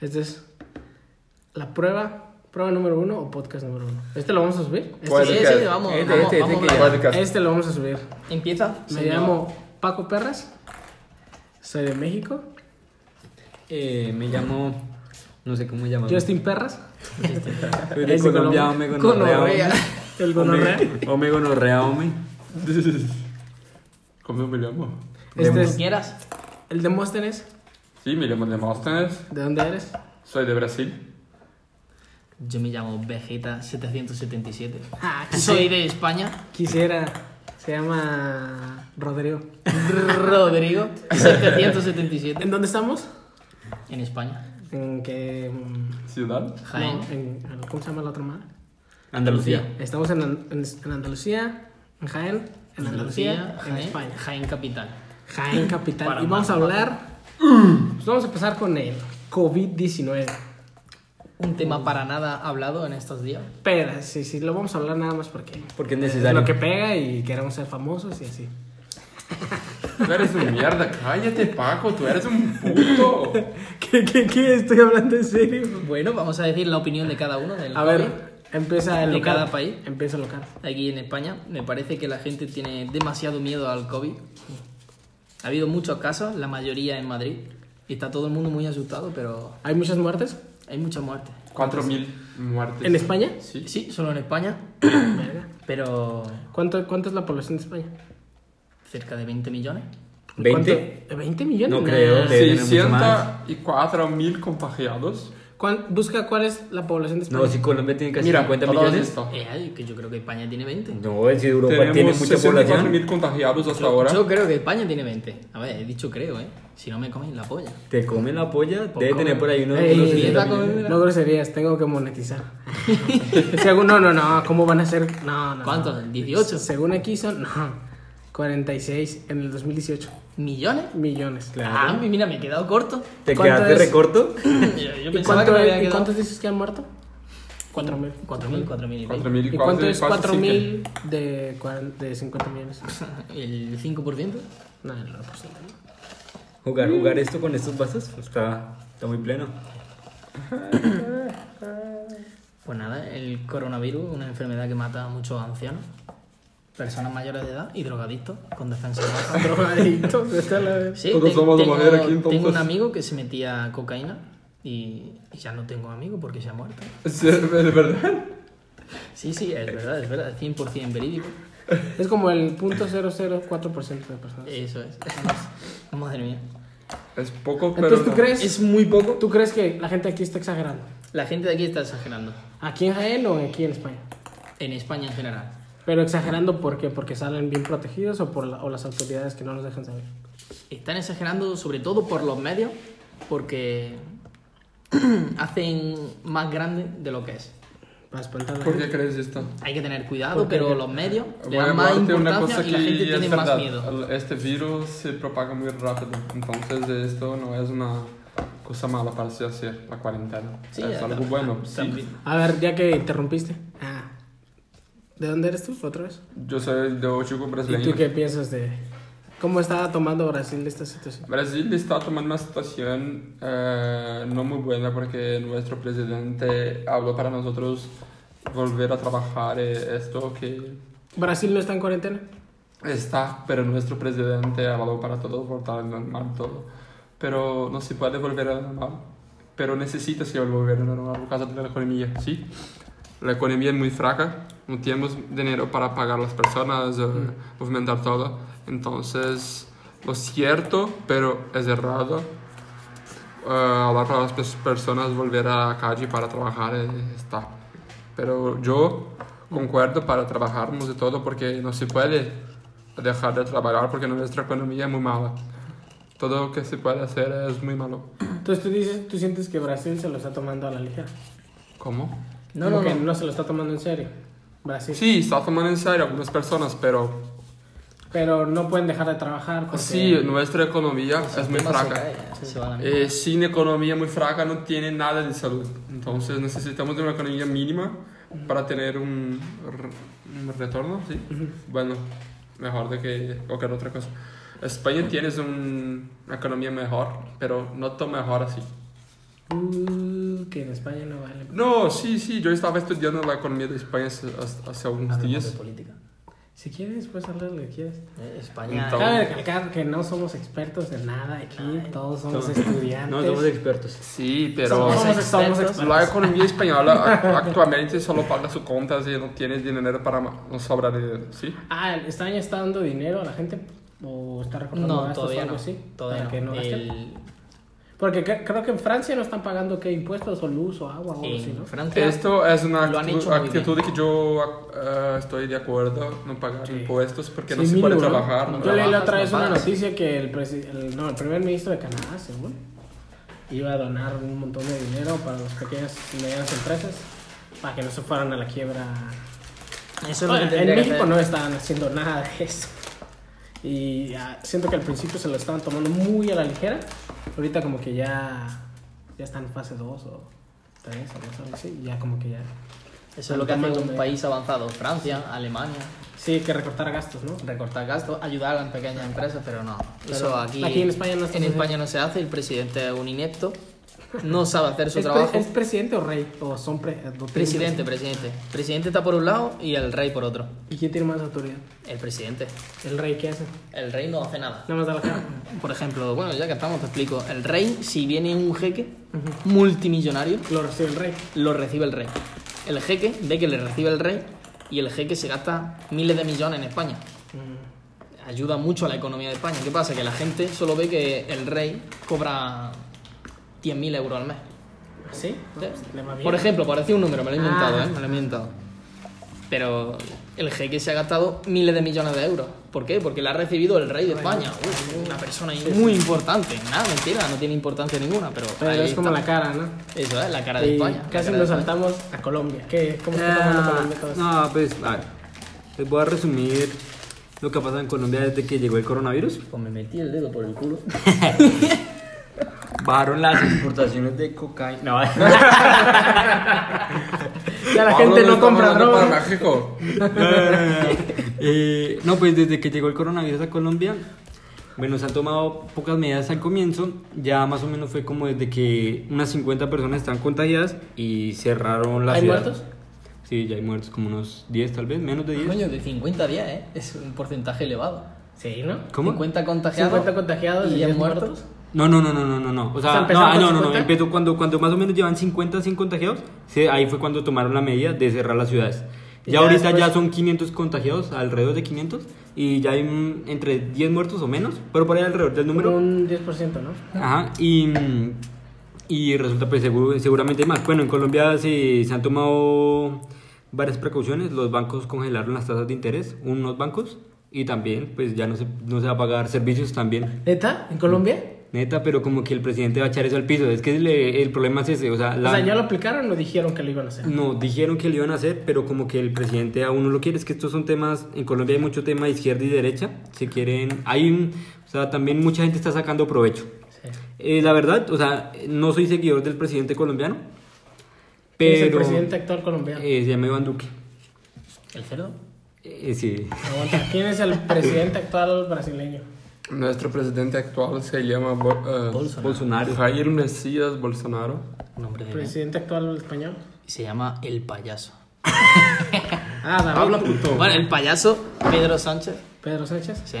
Este es la prueba, prueba número uno o podcast número uno. ¿Este lo vamos a subir? Este Podcast. sí. Sí, sí, vamos. Este, vamos, este, este vamos que ya. breve. Podcast. Este lo vamos a subir. Empieza. Me señor. llamo Paco Perras, soy de México. Eh, me llamo. No sé cómo llamarme. Justin Perras, Soy de es de Colombia, Colombia. me gonorrea. Gonorrea. el gonorrea. O me gonorrea, hombre. ¿Cómo me llamo? Este Como es tú quieras. el Demóstenes, Sí, me llamo Demóstenes, ¿de dónde eres? soy de Brasil. Yo me llamo Vegeta777. Soy de España. Ah, Quisiera, se llama Rodrigo. Rodrigo 777. ¿En dónde estamos? En España. En qué... mm, ¿Ciudad? Jaén. no, en- ¿Cómo se llama la otra madre? Andalucía. Estamos en, An- en- en Andalucía, en Jaén, en Andalucía, en Jaén, España. Jaén capital. Jaén Capital. Para y más, vamos a hablar. Pues vamos a empezar con el COVID-19. Un Mm. tema para nada hablado en estos días. Pero sí, sí, lo vamos a hablar nada más porque Porque es es necesario. lo que pega y queremos ser famosos y así. Tú eres un mierda, cállate Paco, tú eres un puto. ¿Qué, qué, qué? Estoy hablando en serio. Bueno, vamos a decir la opinión de cada uno. Del A ver, empieza el De local. cada país. Empieza el local. aquí en España. Me parece que la gente tiene demasiado miedo al COVID. Ha habido muchos casos, la mayoría en Madrid. Y está todo el mundo muy asustado, pero ¿Hay muchas muertes? hay mucha muerte. 4.000 muertes. ¿En España? Sí. Sí, solo en España, Verga. pero ¿Cuánto, ¿Cuánto es la población de España? cerca de 20 millones. ¿Veinte? ¿Cuánto? ¿20 millones? No creo. Nah. Debe tener mucho más. 604.000 contagiados. ¿Cuán- busca cuál es la población de España. No, si Colombia tiene casi Mira, 50 todos millones. esto. Eh, ay, que yo creo que España tiene 20. No, si Europa tiene Tenemos mucha población. 64.000 contagiados hasta ahora. Yo creo que España tiene 20. A ver, he dicho creo, ¿eh? Si no me comen la polla. Te comen la polla, Pues debe come. tener por ahí unos Ey, unos ey, 60 va a millones. comer. No groserías, tengo que monetizar. Según, no, no, no, ¿cómo van a ser? No, no. ¿Cuántos? no. ¿18? Según aquí son, no, 46 en el 2018 ¿Millones? millones. Ah, Claro. mira, me he quedado corto. ¿Te ¿Cuánto quedaste es? recorto? yo yo ¿Y, pensaba cuánto- que me había y quedado. cuántos dices que han muerto? 4.000. 4.000, 4.000 y 20. 4.000 ¿Y cuánto es 4.000? 4.000 de, cuaren- de 50 millones? ¿El 5%? No, no, no, pues, no. Jugar, jugar esto con estos vasos pues, está, está muy pleno. Pues nada, el coronavirus, una enfermedad que mata a muchos ancianos, personas mayores de edad y drogadictos con defensa baja. Drogadictos, esta la vez. Sí, Todos te- somos de tengo, mujer aquí, entonces. tengo un amigo que se metía cocaína y, y ya no tengo amigo porque se ha muerto. Sí, ¿De verdad? Sí, sí, es verdad, es verdad, es 100% verídico. Es como el 0.004% de personas. Eso es. Oh, Madre mía. Es poco, pero. Entonces, ¿tú no. crees, Es muy poco. ¿tú crees que la gente aquí está exagerando? La gente de aquí está exagerando, ¿Aquí en Jaén o aquí en España? en España en general. Pero exagerando, ¿por qué? ¿Porque salen bien protegidos o por la- o las autoridades que no los dejan saber? Están exagerando sobre todo por los medios porque hacen más grande de lo que es. Para espantar a la ¿Por gente. qué crees esto? Hay que tener ¿Por cuidado, qué? pero los medios le Voy a dan más hablarte una importancia cosa y la que gente es tiene más verdad. miedo. El- Este virus se propaga muy rápido, entonces esto no es una cosa mala para se hacer la cuarentena. Sí, es ya, algo tam- bueno. sí. también. A ver, ya que interrumpiste. Ah. ¿De dónde eres tú? ¿Otra vez? Yo soy de Ochigo ¿Y brasileño. tú qué piensas de cómo está tomando Brasil esta situación? Brasil está tomando una situación eh, no muy buena porque nuestro presidente habló para nosotros volver a trabajar eh, esto que ¿Brasil no está en cuarentena? está, pero nuestro presidente habló para todo volver al normal todo. Pero no se puede volver al normal. Pero necesita se volver al normal por causa de la economía, ¿sí? La economía es muy fraca, no tenemos dinero para pagar a las personas, eh, movimentar todo. Entonces, lo cierto, pero es errado, eh, hablar para las pers- personas volver a la calle para trabajar eh, está. Pero yo concuerdo para trabajarnos de todo porque no se puede dejar de trabajar porque nuestra economía es muy mala. Todo lo que se puede hacer es muy malo. Entonces tú dices, tú sientes que Brasil se lo está tomando a la ligera. ¿Cómo? No, Como no, que no. no se lo está tomando en serio. Brasil. Sí, está tomando en serio algunas personas, pero Pero no pueden dejar de trabajar porque... sí, nuestra economía es muy Tema se fraca. cae, se va a la mierda. Eh, sin economía muy fraca no tiene nada de salud. Entonces necesitamos de una economía mínima para tener un, r- un retorno, ¿sí? Bueno, mejor de que cualquier otra cosa. España tiene un- una economía mejor, pero no tan mejor así. Uh, que en España no vale. No, sí, sí, yo estaba estudiando la economía de España hace, hace Ah, algunos Hablamos de días. política. Si quieres, puedes hablar lo que quieras. Eh, España. Entonces- Cabe recalcar que no somos expertos en nada aquí, todos somos Todos. estudiantes. No somos expertos. Somos- Sí, pero somos expertos. expertos. la economía española ac- actualmente solo paga sus contas y no tiene dinero para... ma- No sobra dinero, ¿sí? Ah, ¿el ¿España está dando dinero a la gente? ¿O está recortando Ah, No, gastos o todavía algo no. así? Todavía para que no. no gasten. El- Porque cre- creo que en Francia no están pagando qué impuestos o luz o agua Oh, o algo así, ¿no? En Francia. Esto es una Lo han actitud, hecho muy actitud que yo ah, estoy de acuerdo, no pagar Sí. impuestos porque no Sí, se mil puede euros. trabajar. No No Yo leí la otra trabajas, vez no una pagas. noticia que el, presi- el- no, el primer ministro de Canadá, según, iba a donar un montón de dinero para las pequeñas y medianas empresas para que no se fueran a la quiebra. Eso es lo que Bueno, en tendría que México hacer. no estaban haciendo nada de eso. Y ah, siento que al principio se lo estaban tomando muy a la ligera. Ahorita como que ya, ya están en fase 2 o 3 o algo así. Ya como que ya... Eso es lo que hace un país avanzado. Francia, Alemania. Sí, hay que recortar gastos, ¿no? recortar gastos, ayudar a las pequeñas empresas, pero no. Pero Eso aquí, aquí en España no se en hace. España no se hace, el presidente es un inepto, no sabe hacer su ¿Es, pre- trabajo. ¿Es presidente o rey? ¿O son pre- eh, no tienen Presidente, presidente. Presidente está por un lado y el rey por otro. ¿Y quién tiene más autoridad? El presidente. ¿El rey qué hace? El rey no hace nada. Nada más da la cara. Por ejemplo, bueno, ya que estamos, te explico. El rey, si viene un jeque multimillonario, Lo recibe el rey. lo recibe el rey. El jeque ve que le recibe el rey y el jeque se gasta miles de millones en España. Mm, Ayuda mucho a la economía de España. ¿Qué pasa? Que la gente solo ve que el rey cobra 10.000 euros al mes. ¿Sí? Pues, Le va bien. Por ejemplo, por decir un número, me lo he inventado, Ah. ¿eh? Me lo he inventado. Pero el jeque se ha gastado miles de millones de euros. ¿Por qué? Porque la ha recibido el rey de España. Uy, una persona muy importante. Nada, mentira, no tiene importancia ninguna, pero. Pero ahí es como está. la cara, ¿no? Eso, ¿eh? La cara de Y España. la casi cara de nos España. saltamos a Colombia. ¿Qué? ¿Cómo está tomando Ah, Colombia todo esto? no, pues, a ver, les voy a resumir lo que ha pasado en Colombia desde que llegó el coronavirus. Pues me metí el dedo por el culo. Bajaron las exportaciones de cocaína. No, Ya la Pablo, gente no estamos compra hablando para drogas. México. Eh, no, pues desde que llegó el coronavirus a Colombia, bueno, se han tomado pocas medidas al comienzo. Ya más o menos fue como desde que unas 50 personas están contagiadas y cerraron la ¿Hay ciudad. muertos? Sí, ya hay muertos, como unos 10 tal vez, menos de 10. Coño, de 50 a 10, ¿eh? Es un porcentaje elevado. Sí, ¿no? ¿Cómo? 50 contagiados. 50 contagiados y y 10 10 muertos. muertos. No, no, no, no, no, no, no. O sea, sea, no, empezaron ah, con no, no, no, 50. empezó cuando, cuando más o menos llevan 50, 100 contagiados, se- ahí fue cuando tomaron la medida de cerrar las ciudades. Y Ya, ya ahorita después- ya son 500 contagiados, alrededor de 500, y ya hay mm, entre 10 muertos o menos, pero por ahí alrededor del número. Un 10%, ¿no? Ajá, y, mm, y resulta pues segu- seguramente hay más. Bueno, en Colombia se, se han tomado varias precauciones. Los bancos congelaron las tasas de interés, unos bancos, y también pues ya no se, no se va a pagar servicios también. ¿Neta? ¿En Colombia? Neta, pero como que el presidente va a echar eso al piso. Es que le- el problema es ese. O sea, la- Mm. O sea, ¿ya lo aplicaron o dijeron que lo iban a hacer? no, dijeron que lo iban a hacer, pero como que el presidente aún no lo quiere. Es que estos son temas, en Colombia hay mucho tema de izquierda y derecha. Se quieren, hay, un- o sea, también mucha gente está sacando provecho. Eh, la verdad, o sea, no soy seguidor del presidente colombiano, ¿Quién pero... Es el presidente actual colombiano. Eh, se llama Iván Duque. ¿El cerdo? Eh, sí. Aguanta, ¿Quién es el presidente actual brasileño? Nuestro presidente actual se llama Bo- eh, Bolsonaro. Jair Mesías Bolsonaro. Nombre de ¿Presidente actual español? Se llama El Payaso. Ah, David. Habla puto. Bueno, el payaso Pedro Sánchez. Pedro Sánchez. Sí.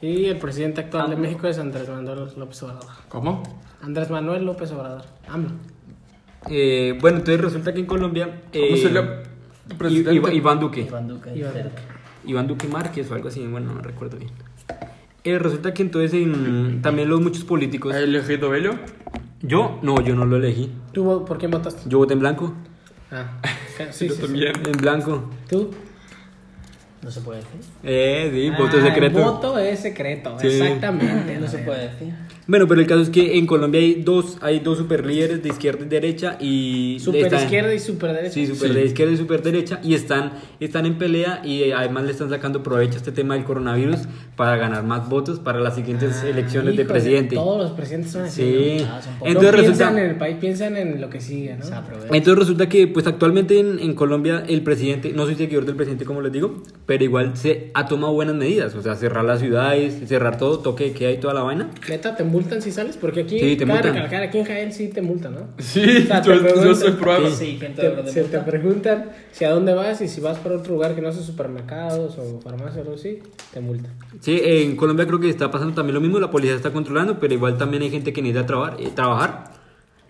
Y el presidente actual de México es Andrés Manuel López Obrador. ¿Cómo? Andrés Manuel López Obrador. AMLO. Eh, bueno, entonces resulta que en Colombia... ¿Cómo eh, se llama? I- Presidente. Iva- Iván Duque. Iván Duque. el Iván cerdo. Duque. Iván Duque Márquez o algo así, bueno, no recuerdo bien. Eh, resulta que entonces en- también los muchos políticos... ¿Ha elegido Bello? Yo, no, yo no lo elegí. ¿Tú vo- por quién votaste? Yo voté en blanco. Ah, ok, sí, Yo sí, sí. también. En blanco. ¿Tú? No se puede decir. Eh, sí, voto Ah, secreto. El voto es secreto, Sí. exactamente. Ah, No se puede decir. Bueno, pero el caso es que en Colombia hay dos, hay dos super líderes de izquierda y derecha y... Super están- izquierda y super derecha. Sí, super de izquierda y super derecha y están, están en pelea y eh, además le están sacando provecho a este tema del coronavirus para ganar más votos para las siguientes Ah, elecciones de híjole, presidente. Todos los presidentes son así. Sí. ¿no? Ah, son pocos. Entonces no resulta, piensan en el país, piensan en lo que sigue, ¿no? Se aprueba. entonces resulta que pues actualmente en, en Colombia el presidente, no soy seguidor del presidente como les digo, pero igual se ha tomado buenas medidas, o sea, cerrar las ciudades, cerrar todo, toque que hay toda la vaina. Neta, te multan si sales? Porque aquí, Sí, te cabe multan. recalcar, aquí en Jaén sí te multan, ¿no? Sí, O sea, te yo, yo pregunto- soy prueba. Sí, gente de Te- verdad. se te preguntan si a dónde vas y si vas para otro lugar que no sea supermercados o farmacias o algo así, te multan. Sí, en Colombia creo que está pasando también lo mismo, la policía está controlando, pero igual también hay gente que necesita trabar- eh, trabajar.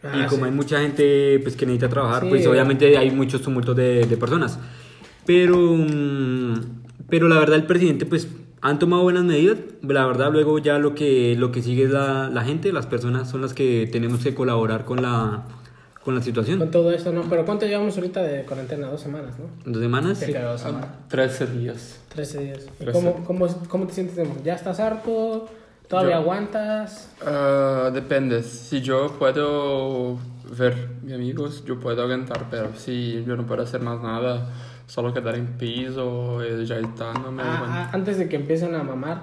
Ah, y como sí. hay mucha gente pues, que necesita trabajar, Sí. pues obviamente hay muchos tumultos de, de personas. Pero, mm, pero la verdad el presidente pues han tomado buenas medidas. La verdad luego ya lo que, lo que sigue es la, la gente, las personas son las que tenemos que colaborar con la, con la Con situación. todo esto, ¿no? Pero ¿cuánto llevamos ahorita de cuarentena? Dos semanas, ¿no? Dos semanas. Te quedó dos semanas. Ah, 13 días. 13 días. ¿Y Trece. cómo, cómo, cómo te sientes? ¿Ya estás harto? ¿Todavía Yo- aguantas? Ah, depende. Si yo puedo ver mis amigos, yo puedo aguantar, pero si yo no puedo hacer más nada, solo quedar en piso, eh, ya está, no me Ah, aguanto. ah, antes de que empiecen a mamar,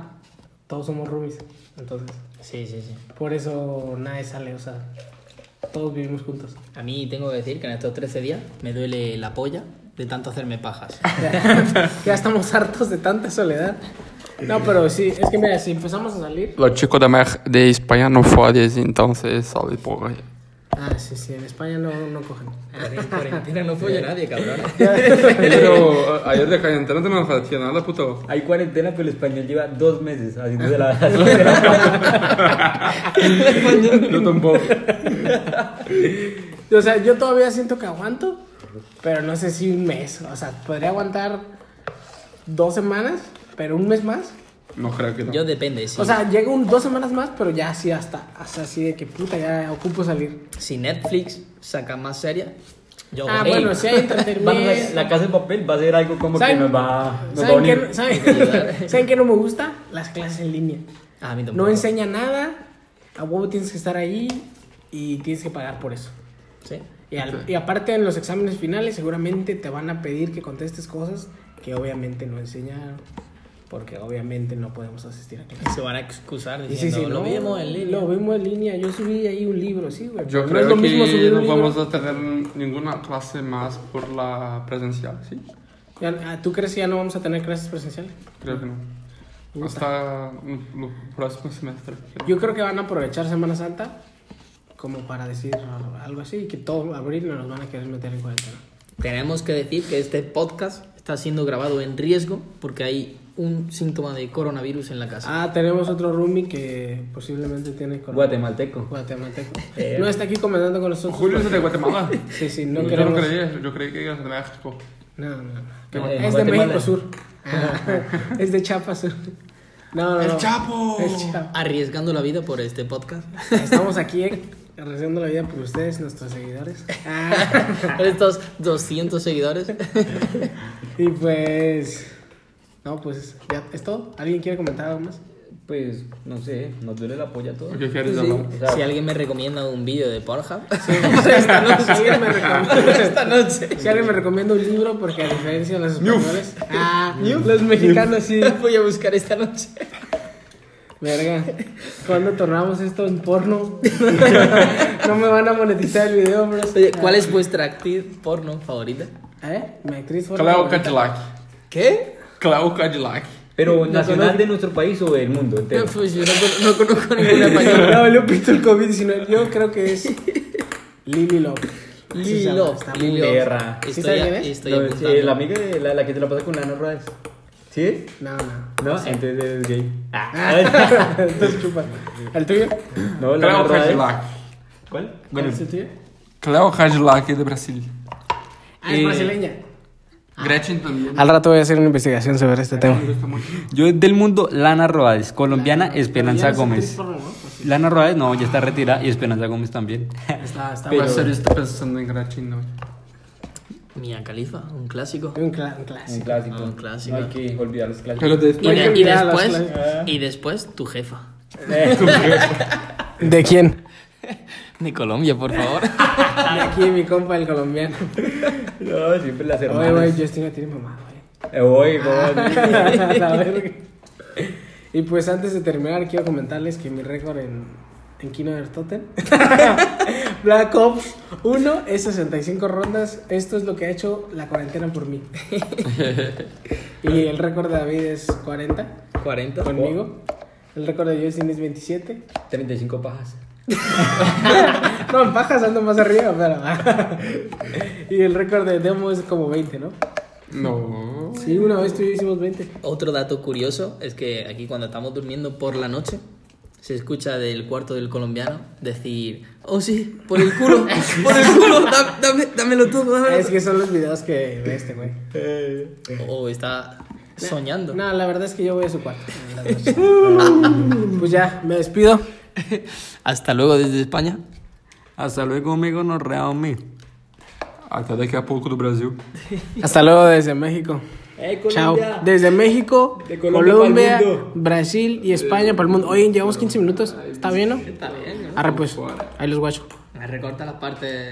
todos somos roomies. Entonces, Sí, sí, sí. por eso nadie sale, o sea, todos vivimos juntos. A mí tengo que decir que en estos 13 días me duele la polla de tanto hacerme pajas. Ya estamos hartos de tanta soledad. No, pero sí, es que mira, si empezamos a salir. Los chicos de, Mer- de España no pueden, entonces sale por ahí. Ah, sí, sí, en España no, no cogen. En cuarentena no folla nadie, cabrón. Pero ah, ayer de cuarentena no me hacía nada, puto. Hay cuarentena, pero el español lleva dos meses haciéndose la Yo tampoco. O sea, yo todavía siento que aguanto, pero no sé si un mes. O sea, podría aguantar dos semanas, pero un mes más. No creo que no. Yo depende, sí. O sea, llego un, dos semanas más, pero ya así hasta, hasta así de que puta, ya ocupo salir. si Netflix saca más series, yo ah, hey, bueno, si hay Vamos a- entretenimiento. la casa de papel va a ser algo como que ¿Saben? nos va, nos va a ¿Saben unir. qué, ¿saben, ¿saben qué no me gusta? Las clases en línea. Ah, a mí tampoco. No enseña nada, a huevo tienes que estar ahí y tienes que pagar por eso. Sí. Y, al- y aparte en los exámenes finales seguramente te van a pedir que contestes cosas que obviamente no enseñaron, porque obviamente no podemos asistir a clases. Se van a excusar Y diciendo, sí, sí, lo no, vimos en línea. Lo vimos en línea, yo subí ahí un libro, sí, güey. Yo pero creo no es lo que mismo subir no un libro. vamos a tener ninguna clase más por la presencial, ¿sí? Ya- ah, ¿Tú crees que ya no vamos a tener clases presenciales? Creo que no. Hasta el próximo semestre. Yo creo que van a aprovechar Semana Santa como para decir algo así y que todo abril no nos van a querer meter en cuarentena. Tenemos que decir que este podcast está siendo grabado en riesgo porque hay un síntoma de coronavirus en la casa. Ah, tenemos otro roomie que posiblemente tiene coronavirus. Guatemalteco. Eh, Guatemalteco. No está aquí comentando con nosotros. Julio es de Guatemala. Sí, sí, no yo no queremos. creía, yo creí que eras de México. No, no, no. Guate- es de Guatemala. México Sur. Ah, es de Chiapas Sur. No, no, no. ¡El Chapo! El Chapo. Arriesgando la vida por este podcast. Estamos aquí eh, arriesgando la vida por ustedes, nuestros seguidores. Ah, Estos 200 seguidores. y pues. No, pues ya es todo. ¿Alguien quiere comentar algo más? Pues, no sé, nos duele la polla a todos. ¿Por qué quieres Sí, llamar? o sea, Si alguien me recomienda un vídeo de Pornhub, Esta noche, si alguien me recomienda- esta noche. si alguien me recomienda un libro, porque a diferencia de los españoles, ah, los mexicanos sí. Voy a buscar esta noche. Verga, ¿cuándo tornamos esto en porno? no me van a monetizar el video, bro. Oye, ¿cuál es vuestra actriz porno favorita? ¿Eh? Mi actriz fue. Clau Cadillac. ¿Qué? Clau Cadillac. Pero nacional de nuestro país o del mundo entero. Pues yo no, con- no conozco ninguna española. No, Lupito el COVID-19. Yo creo que es. Lily Love. Así se Lili llama, Love. está Lili muy- Love. perra. ¿Sí Estoy, sabes quién a- es? estoy No, sí, apuntando. la amiga de la, la que te la pasa con Lana Ruedas. ¿Sí? es? No, no. ¿No? Entonces es gay. Ah. Ah, Entonces chupa. ¿El tuyo? No, Lana Clau Ruedas. Cadillac. ¿Cuál? ¿Cuál es el tuyo? Clau Cadillac de Brasil. Ah, es Eh, brasileña. Gretchen también. Al rato voy a hacer una investigación sobre este tema. Me gusta mucho. Yo del mundo, Lana Roades, colombiana, Esperanza Ella es actriz Gómez. porno, ¿no? Pues sí. Lana Roades no, ya está retirada y Esperanza Gómez también. Está, está Pero bueno. serio, estoy pensando en Gretchen hoy. Mia Khalifa, un clásico. Un, cla- un Un clásico. clásico. Un clásico. No hay que olvidar los clásicos. Pero Y, después. hay que de- y olvidar las después, clases. y después tu jefa. ¿De quién? De Colombia, por favor. De aquí, mi compa, el colombiano. No, siempre las Oye, güey, hermanas. Justin no tiene mamá, güey. Eh, Oye, ¿cómo así? La verga. Y pues antes de terminar, quiero comentarles que mi récord en, en Kino del Totem, Black Ops 1, es 65 rondas. Esto es lo que ha hecho la cuarentena por mí. y el récord de David es 40 40. conmigo. El récord de Justin es 27. 35 pajas. No, en pajas ando más arriba, pero. y el récord de Demo es como 20, ¿no? No. Sí, una vez tú y yo hicimos 20. Otro dato curioso es que aquí cuando estamos durmiendo por la noche se escucha del cuarto del colombiano decir, oh sí, por el culo, por el culo, da- dame- dámelo todo, dámelo Ah, Es que son los videos que ve este güey. todo". O está soñando. No, la verdad es que yo voy a su cuarto. pues ya, me despido. Hasta luego desde España. Hasta luego, amigo, nos reame. Até daqui a pouco do Brasil. Hasta luego desde México. ¡Eh, Chao. Colombia! Desde México, De Colombia Colombia, pa'l mundo. Brasil y España para el mundo. Oye, llevamos 15 minutos. ¿Está bien, no? Está bien, Arre, pues. Ahí los guacho. Me recorta las partes